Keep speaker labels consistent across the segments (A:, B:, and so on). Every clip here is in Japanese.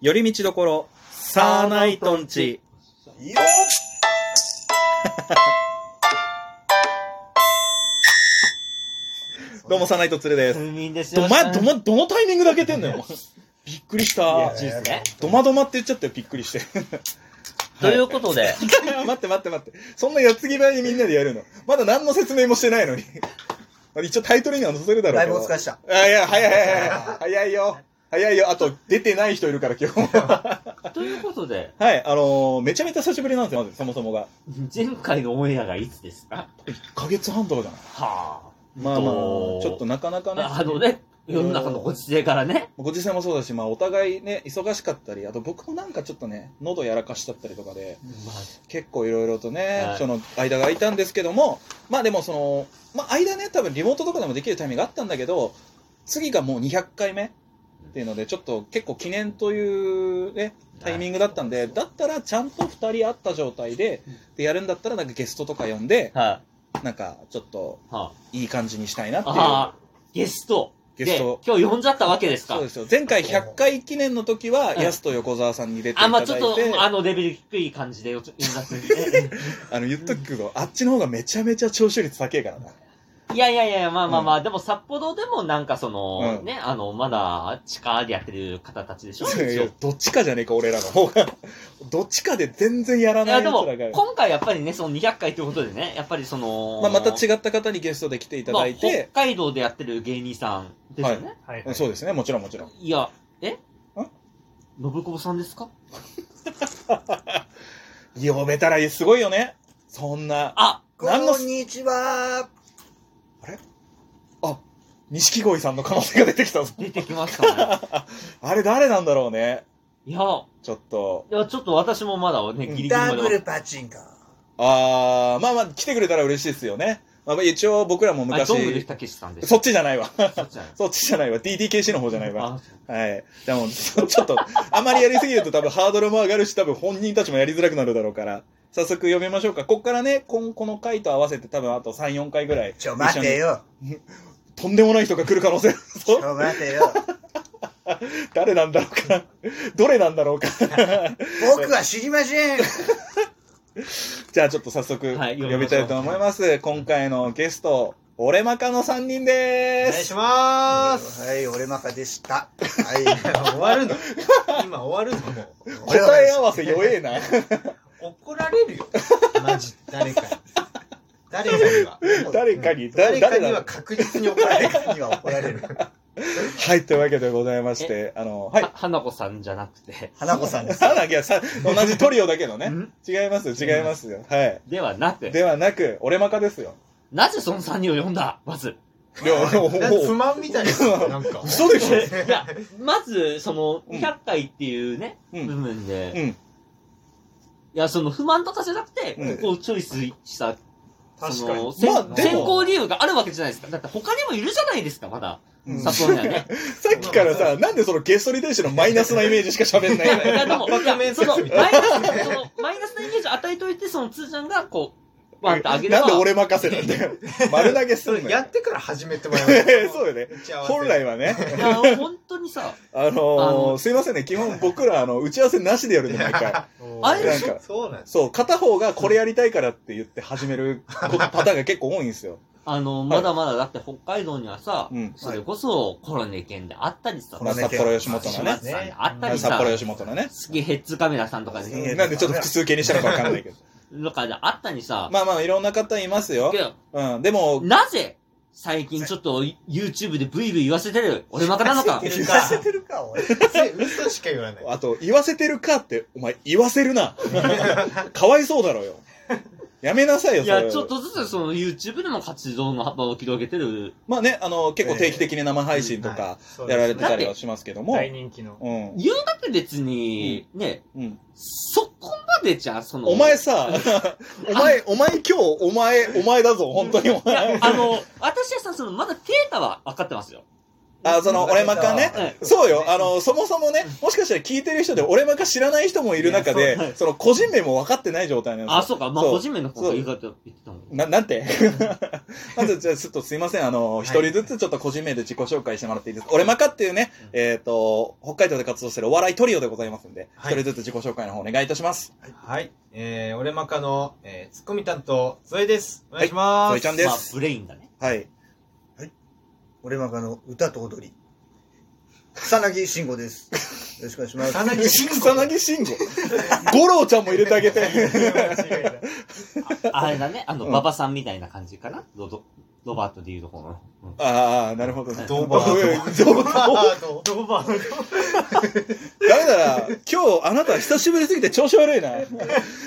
A: 寄り道どころ、サーナイトンチ。
B: よっ
A: どうも、サーナイトツルです。
C: 風民です
A: ど
C: よ。
A: ま、どま、どのタイミングだけてんのよ。びっくりした。
C: ジュースね
A: どまどまって言っちゃったよ、びっくりして。
C: ということで、
A: 待って待って待って。そんな矢継ぎ早にみんなでやるの。まだ何の説明もしてないのに。一応タイトルには載せるだろう
B: だい
A: けど
B: ぶお疲れした。
A: あ、いや、早い早い早い。早いよ。早いよ。あと、出てない人いるから今日。
C: ということで、
A: はい、あのーめちゃめちゃ久しぶりなんですよ、まず、そもそもが。
C: 前回のオンエアがいつですか
A: 1ヶ月半とかじゃない
C: はあ。
A: まあまあ、ちょ
C: と
A: っとなかなかね。
C: あのね、世の中のご時世からね、
A: ご時世もそうだし、まあ、お互いね、忙しかったり、あと僕もなんかちょっとね、喉やらかしちゃったりとかで、
C: ま
A: 結構いろいろとね、
C: はい
A: その間が空いたんですけども、まあでもその、まあ間ね、多分リモートとかでもできるタイミングがあったんだけど、次がもう200回目っていうので、ちょっと結構記念というね、
C: あ
A: タイミングだったんで、だったらちゃんと2人会った状態で、でやるんだったらなんかゲストとか呼んで、
C: は
A: なんかちょっと
C: あ、はあ、
A: いい感じにしたいなっていう。
C: ああ、ゲスト。
A: ゲスト
C: で今日呼んじゃったわけですか
A: そうですよ。前回100回記念の時は、
C: うん
A: ヤスと横澤さんに出てい
C: あ、
A: た
C: まあ
A: だい
C: ち
A: て、
C: ょっ
A: あ
C: と、あの、レベル低い感じで呼んじゃ って。
A: の、言っとくけど、あっちの方がめちゃめちゃ聴取率高いからな。
C: いやいやいや、まあまあまあ、でも札幌でもなんかその、
A: うん
C: ね、あの、まだ地下でやってる方たちでしょ一応
A: いやどっちかじゃねえか、俺らの方が。どっちかで全然やら
C: い
A: な
C: や、
A: い
C: で
A: 奴
C: も
A: らが、。
C: 今回やっぱりね、その200回ということでね、やっぱりその、
A: まあ、また違った方にゲストで来ていただいて、
C: まあ北海道でやってる芸人さんですよね。
B: はい
A: うんそうですね、もちろんもちろん。
C: い、や、え信子さんですか
A: 呼べたらすごいよね。そんな。
C: あ
B: こ
A: 何の
B: んにちは。
A: あ、錦鯉さんの可能性が出てきた ぞ。
C: 出てき ましたね。
A: あれ誰なんだろうね。
C: いや、い
A: ちょっと。
C: や、ちょっと私もまだね、ギリギリま
B: ダ
C: で
B: ブ。ルパチンコ。
A: あー、まあまあ、来てくれたら嬉しいですよね。まあまあ、一応僕らも
C: あ、
A: 昔
C: ジ、ョングルたけしさんです。
A: そっちじゃないわ。
C: そっちじゃない
A: そっちじゃないわ。DDKC の方じゃないわ。
C: あ
A: はい。でも、 そちょっと、あまりやりすぎると多分ハードルも上がるし、多分本人たちもやりづらくなるだろうから、早速読めましょうか。こっからね、こんこの回と合わせて多分あと3、4回ぐらい。
B: ちょ、待てよ。
A: 一緒に。とんでもない人が来る可能性。
B: ち
A: そう
B: ょ、待てよ。
A: 誰なんだろうか。どれなんだ ろうか。
B: 僕は知りません。
A: じゃあちょっと早速、
C: はい
A: 読みたいと思います。今回のゲスト、俺マカの3人です。
D: お願いしまーす。
B: はい、俺マカでした。はい。
D: 終わるの今終わるのもう。
A: 答え合わせ弱え な。
D: 怒られるよ。マジ、誰かに。誰かには。
A: 誰かに、
D: 誰かに
A: だ
D: は確実に怒られる。
B: には怒られる。
A: はい、というわけでございまして、あの、はい
C: は。花子さんじゃなくて、
B: 花子さんです。
A: さらいやさ同じトリオだけどね
C: ん。
A: 違いますよ、違いますよ。はい。
C: ではなく、
A: ではなく、俺マカですよ。
C: なぜその3人を呼んだまず。
A: 両方。
D: なんか不満みたいですねなんか。
A: 嘘でしょ
C: いや、まず、その、
A: うん
C: 200回っていうね、
A: うん
C: 部分で、
A: う
C: い
A: ん。
C: や、その不満とかじゃなくて、
A: うん
C: ここをチョイスした、
D: 確
C: そ
D: か
C: の、
D: に。
C: せん
A: まあでも
C: 選考理由があるわけじゃないですか。だって他にもいるじゃないですか、まだ。
A: うん
C: 札幌には ね。
A: さっきからさ、なんでそのゲストに対してのマイナスなイメージしか喋んないいん
C: やい
A: だよ。
C: や、でも、いや
D: 面
C: そ
D: 接
C: の、マイ
D: み
C: ナス、その、マイナスなイメージを与えといて、その、つーちゃんが、こう、ワンってあげれば。
A: なんで俺任せなんだよ。丸投げす
D: そ
A: ん
D: れ
A: の
D: や
A: よ
D: っ。てから始めてもらい
A: そうよね。
D: ます。
A: 本来はね。
C: いや、本当にさ、
A: あ
C: あ
A: のー、
C: の
A: すいませんね。基本僕ら、あの、打ち合わせなしでやるんで、毎 回。
D: は
C: あれ
A: でしょ
D: そうなんです。
A: そう、片方がこれやりたいからって言って始めることパターンが結構多いんですよ。
C: あの、まだまだ、だって北海道にはさ、
A: うん
C: それこそ、コロネ県であったりさ、
A: まあ札幌吉本の
C: 島
A: ね
C: 津。さんであったりさ、
A: 札幌吉本のね。
C: スキヘッズカメラさんとか
B: う
C: で、
B: ん
A: なんでちょっと複数形にしたのかわかんないけど。
C: とか であったにさ、
A: まあまあ、いろんな方いますよ
C: け。ど
A: うん。でも、
C: なぜ、最近ちょっと YouTube でブイブイ言わせてる俺マカな のか
D: 言
B: 言
D: わ
B: わ
D: せ
B: せてるか、俺。
D: 嘘しか言わない。
A: あと、言わせてるかって、お前、言わせるな。 かわいそうだろうよ。やめなさいよ、
C: い
A: それ
C: や、ちょっとずつその YouTube でも活動の幅を広げてる。
A: まあね、あの、結構定期的に生配信とか、やられてたりはしますけども。
D: 大人気の。
A: うん。
C: 言うだって別に、ね、
A: うん。
C: そこまでじゃ、その。
A: お前さ、お前、お前今日、お 前、お前だぞ、本当にお
C: いや
A: 前。
C: あの、私はさ、その、まだデータは分かってますよ。
A: あ、その、俺マカね。
C: はい
A: そうよ。あの、そもそもね、もしかしたら聞いてる人で、俺マカ知らない人もいる中
C: いやそうは
A: で、
C: い
A: その、個人名も分かってない状態なんですよ。
C: あ、そうか。まあ、
A: そう
C: 個人名の方が言い方言ってたもん。
A: な、なんて まず、じゃあ、ちょっとすいません。あの、一、人ずつちょっと個人名で自己紹介してもらっていいですか俺マカっていうね、えっ、と、北海道で活動してるお笑いトリオでございますんで、一、
D: はい
A: 人ずつ自己紹介の方お願いいたします。
D: はい。えー、俺マカの、えー、ツッコミ担当、ゾエです。お願いします。
A: はいゾエちゃんです
C: まあ、ブレインだね。
A: はい。
B: 俺マカの歌と踊り。草薙慎吾です。よろしくお願いします。
D: 草薙慎吾
A: 草薙慎吾。五郎ちゃんも入れてあげ て。
C: あれだね。あの、
A: うん
C: 馬場さんみたいな感じかな。ロド、ロバートで言うところの。うん
A: ああ、なるほどね。
D: ドバー
A: ドバー
D: ドバー
A: ダメだな。今日、あなた久しぶりすぎて調子悪いな。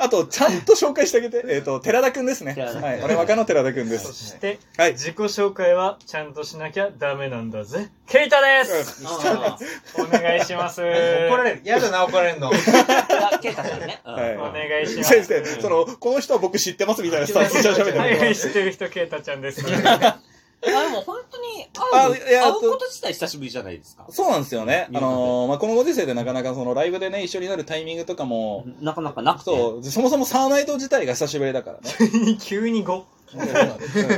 A: あと、ちゃんと紹介してあげて。えっ、と、寺田くんですね。
C: 寺田
A: はい。俺、若の寺田くんで
E: そ
A: す。
E: して、
A: はい
E: 自己紹介はちゃんとしなきゃダメなんだぜ。ケイタです、
C: あ
E: お願いします。
D: 怒られる。やだな、怒られる の。
C: ーいやケイタさんね。うん
A: はい
E: お願いします。
A: 先生、その、この人は僕知ってますみたいなスタンスで喋ってる。
E: はい、知ってる人、ケイタちゃんです。
C: あでも本当に会う
A: あいや
C: 会うこと自体久しぶりじゃないですか。
A: そうなんですよね。あのーまあ、このご時世でなかなかそのライブでね、一緒になるタイミングとかも、
C: なかなかなくて。
A: そう、そもそもサーナイト自体が久しぶりだからね。
E: 急に5。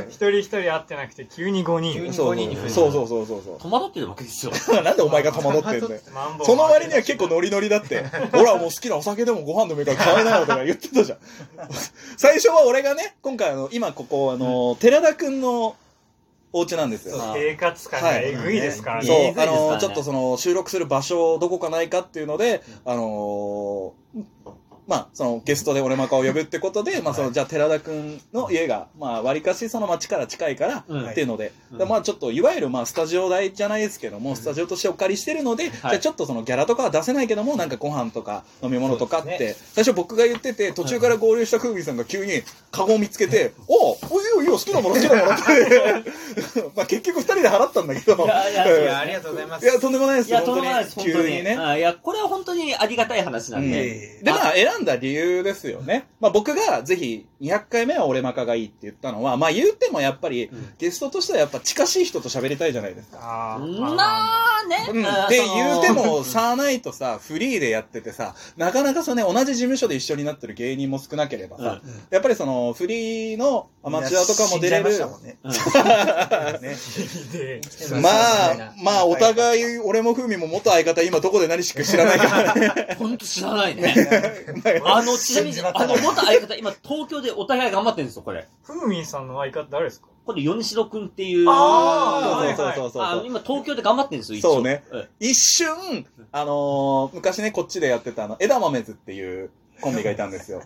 E: 一人一人会ってなくて、急に5人。
A: そう
D: 急に五人に増えた
A: そうそうそうそう そ
C: 戸惑ってるわけですよ。
A: う。なんでお前が戸惑ってんだよ。
E: マンボウ
A: その割には結構ノリノリだって、 俺はもう好きなお酒でもご飯でもいいから買えないよとか言ってたじゃん。 最初は俺がね、今回あの、今ここ、あの、寺田くんのお家なんですよ。
C: そう
E: 生活感
A: は
E: が
A: い
E: えぐいですから
A: そう
E: ね。
C: え、ぐい
A: あ
C: ですから
A: の、
C: ね
A: ちょっとその、収録する場所、どこかないかっていうので、あのー、まあ、その、ゲストで俺マカを呼ぶってことで、まあ、その、じゃあ、寺田くんの家が、まあ、割かしその町から近いから、
C: うん
A: っていうので、
C: うん
A: でまあ、ちょっと、いわゆる、まあ、スタジオ代じゃないですけども、スタジオとしてお借りしてるので、じゃあ、ちょっとその、ギャラとかは出せないけども、なんかご飯とか、飲み物とかっ
D: そう
A: て、
D: で
A: 最初僕が言ってて、途中から合流した空気さんが急に、カゴを見つけて、おうおいいよいいよ、好きなもの好きなものって、 まあ、結局二人で払ったんだけど、
C: いやいやい
D: いや、ありがとうございま
A: い
D: す。
A: や、とんでもないです。
C: いや、とんでもないです、本当に。
A: 急にね。
C: あいや、これは本当にありがたい話なん
A: うん
C: で。
B: え
A: で、まあ、選んだ理由ですよね。まあ、僕がぜひ200回目は俺マカがいいって言ったのは、まあ、言ってもやっぱり
C: うん、
A: ゲストとしてはやっぱ近しい人と喋りたいじゃないですか。
E: あーまあ
C: な
E: まあ
C: あね。
A: うん、
C: あ
A: で、
C: その
A: 言うても、サーナイトさ、フリーでやっててさ、なかなかそのね、同じ事務所で一緒になってる芸人も少なければ
C: うん
A: さ、やっぱりその、フリーのア
B: え
A: マチュアとかも出れ
B: みんな死ん
A: る
B: じゃいましたもん
C: う
B: ね。
C: ん
B: ね
E: で
A: まあ、まあ、お互い、俺も風味も元相方、今どこで何しか知らないからね。
C: 本当知らないね。あの、ちなみに、あの、元相方、今、東京でお互い頑張ってるんですよ、これ。
E: ふうみんさんの相方誰ですか
C: これ、米城くんっていう。
E: あ
A: そう
E: ー
A: そうそうそう
C: あ
A: そう
C: の。今、東京で頑張ってるんですよ、一応。
A: そうね
C: ん。
A: 一瞬、あのー昔ね、こっちでやってたあの、枝豆ズっていうコンビがいたんですよ。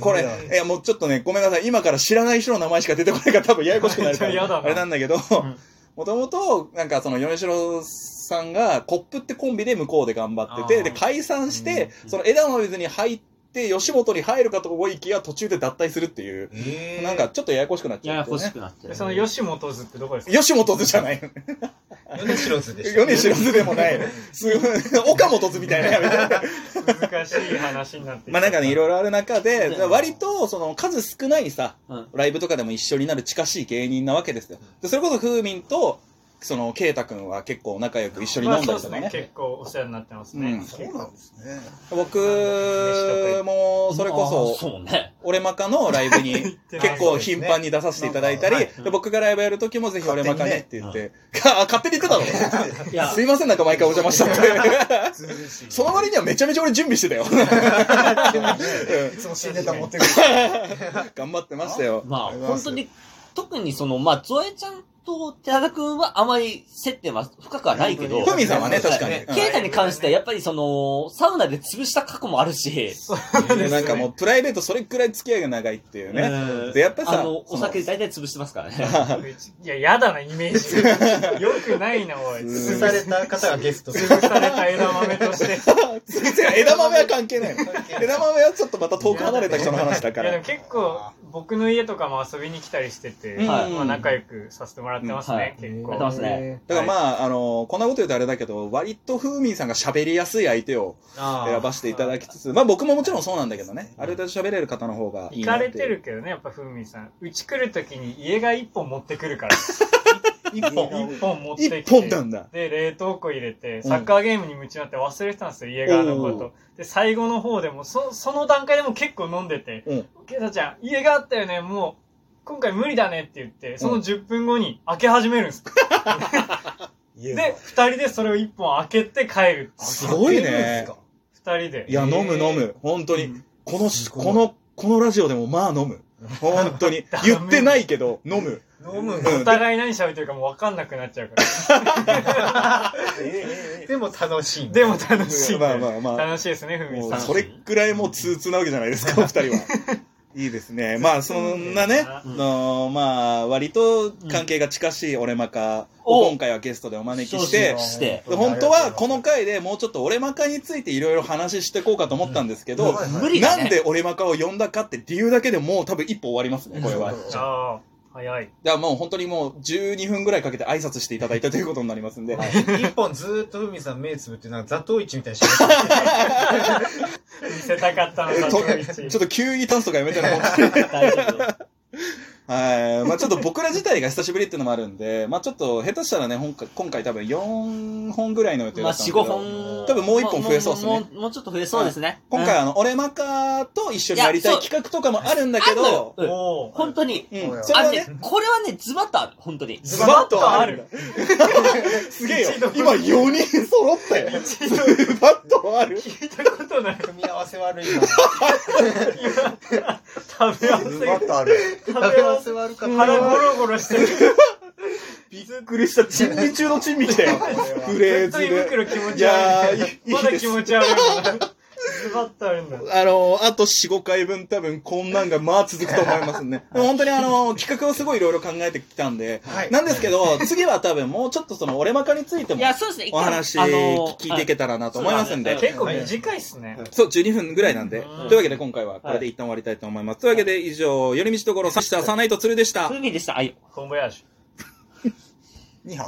A: これ、いや、もうちょっとね、ごめんなさい。今から知らない人の名前しか出てこないから多分ややこしくなるか
E: や
A: ら。
E: だな
A: あれなんだけど、もともと、なんかその、米城さんが、コップってコンビで向こうで頑張って
E: あ
A: て、
E: ー
A: で、解散して、
C: うん
A: その枝豆ズに入って、吉本に入るかと思いきや、途中で脱退するっていう、
D: えー
A: なんか、ちょっとややこしくなっち
C: や
A: ゃ
C: や
A: って、
C: こし
A: ね。
C: くなってる。
E: その吉本図ってどこですか
A: 吉本ズじゃない。
D: 米城津でした。
A: 米城ズでもない。すごい、 岡本ズみたいなやめて。
E: 難しい話になってきた
A: まあなんかね、いろいろある中で、
C: うん
A: 割と、その、数少ないさ、
C: うん
A: ライブとかでも一緒になる近しい芸人なわけですよ。で、それこそ、ふーみんと、その、ケイタくんは結構仲良く一緒に飲
E: まあ
A: ん
E: そ
A: だ
E: う
A: りと
E: です
A: か
E: ね
A: ね。
E: 結構お世話になってます
A: うん
E: ね、
B: そうなんですね。
A: 僕
E: 飯と
A: も、それこ
C: あ
A: そ、
C: そうね。
A: 俺マカのライブに
E: てない
A: 結構頻繁に出させていただいたり、
B: はい
A: で僕がライブやる時もぜひ俺マカにって言っ
C: 勝手
A: て、あ、 勝手に言ってたの
C: いや
A: す、いません、なんか毎回お邪魔しちゃって。
B: ずるいし
A: その割にはめちゃめちゃ俺準備してたよ。
B: いつも新ネタ持ってくる。
A: 頑張ってましたよ。
C: まあ、
B: ありがとう
C: 本
B: ござ
C: 当
B: います
C: に、特にその、まあ、ゾエちゃんと寺田くんはあまり接点は深くはないけど。
A: ふみさんはね、
C: そうです
A: 確かに。うん
C: ケイタに関しては、やっぱりその、サウナで潰した過去もあるし、
E: です
A: な
E: ね
A: んかもうプライベートそれくらい付き合いが長いっていうね。
C: うん
A: でやっぱさ
C: あの、
A: その
C: お酒大体潰してますからね。
E: いや、やだな、イメー ジ。よくないな、おい。
A: うん
D: 潰
E: 潰
D: さ
E: さ
D: れた方がゲスト。
E: れた枝豆として。
A: 別に 枝豆は関係ないの。枝豆はちょっとまた遠く離れた人の話だ
E: い
A: か
E: やで
A: ら
E: も。結構僕の家とかも遊びに来たりしてて、
A: うん
E: まあ、仲良くさせてもらってますね、
C: う
E: 結構
C: やってますね
A: だからまあ、あの、こんなこと言うとあれだけど、割とふーみんさんが喋りやすい相手を選
D: 選
A: ばせていただきつつ、まあ僕ももちろんそうなんだけどね、ある程度喋れる方の方がいい
E: 行
A: な
E: か
A: ってい
E: れ
A: う。
E: てるけどねやっぱふみさんうち来るときに家が一本持ってくるから一本、一本持ってきて。
A: 一本なんだ。
E: で、冷凍庫入れて、サッカーゲームに夢中になって忘れてたんですよ、家側のこ
A: お
E: と。で、最後の方でも、そその段階でも結構飲んでて、
A: うん。
E: ケタちゃん、家があったよね、もう、今回無理だねって言って、その10分後に開け始めるんです。
B: 家が
E: で、二人でそれを一本開けて帰る。
A: すごいね。
E: 二人で。
A: いや、飲む飲む。本当
E: う
A: に
E: ん。
A: この
B: す
A: し、
B: ごい
A: この、このラジオでもまあ飲む。本当に。言ってないけど、飲む。
D: 飲む
A: うん
E: お互い何喋ってるかもう分かんなくなっちゃう から。
D: でも楽しい。
E: でも楽しいんだよ。
A: まあまあまあ
E: 楽しいですね、ふみ
A: も
E: さ。
A: うんそれくらいもう通通なわけじゃないですか、お二人は。いいですね。まあ、そんなね、あ
E: うん
A: のまあ、割と関係が近しい俺マカ
C: う
A: を
C: ん
A: 今回はゲストでお招き
C: そう
A: し
C: そう
A: て、
C: して
A: で本当はこの回でもうちょっと俺マカについていろいろ話していこうかと思ったんですけど、
B: うん
C: 無理
A: な
C: だね
A: んで俺マカを呼んだかって理由だけでもう多分一歩終わりますね、これは。
B: そう
E: ああ、早い。
A: じゃあもう本当にもう12分ぐらいかけて挨拶していただいたということになりますんで。
D: 一本ずーっとふみさん目つぶって、なんか座頭市みたいにして
E: 見せたかったの
A: え
E: さ、
A: と
E: その
A: ちょっと急にダンスとかやめたらもう
C: 大丈夫。
A: はい。まあちょっと僕ら自体が久しぶりっていうのもあるんで、 まあちょっと下手したらね、今回今回多分4本ぐらいの予定だ
C: まあ、
A: ったんです
C: 4、
A: けど、
C: 5本。
A: 多分もう一本増えそうっすね
C: ももももうちょっと増えそうですね。
A: 今回
C: は、
A: あの、俺マカと一緒にやりた
C: い
A: い
C: やそう
A: 企画とかもあるんだけ
C: あんのよ
A: ど、
C: うん
E: おー
C: 本当に。
A: う、
B: うんん
A: それ
C: あ
A: は
C: の
A: ね、
C: ね、これはね、ズバッとある。本当に。
E: ズバッとある。
A: すげえよ。今4人揃ったよ。ズ バッとある。
E: 聞いたことない。
D: 組み合わせ悪いな。
E: 食べ合わせ
B: ズ
E: が
B: バッとある。
E: 食
D: 食
E: べ
D: べ合
E: 合わ
D: わ
E: せ
D: せ悪かった
E: 腹ゴロゴロしてる。
A: びっくりした。珍味中の珍味来たよ。フレーズ
E: ずっと胃
A: で。
E: 袋気持
A: い
E: ち
A: や
E: 悪い。
A: ー、いい
E: まだ
A: です
E: 気持ち悪いもん な。ズバッとあるんだ。
A: あの、あと4、5回分多分こんなんがまあ続くと思いますね。でも本当にあの、企画をすごいいろいろ考えてきたんで、
D: はい
A: なんですけど、次は多分もうちょっとその、俺マカについて
C: い
A: も
C: や、そうですね。一
A: お
C: 回
A: 話
C: あの
A: 聞いていけたらなと思いますん
C: あ
A: で
C: の。
E: 結構短いっすね。
A: そう、12分ぐらいなんで。
E: うん
A: というわけで今回はこれで一旦終わりたいと思います。というわけで以上、寄り道ところ、サッシター、サナイト、ツルでした
C: はい。海でした。あいよ。
E: コンボヤージュ。
B: 2本。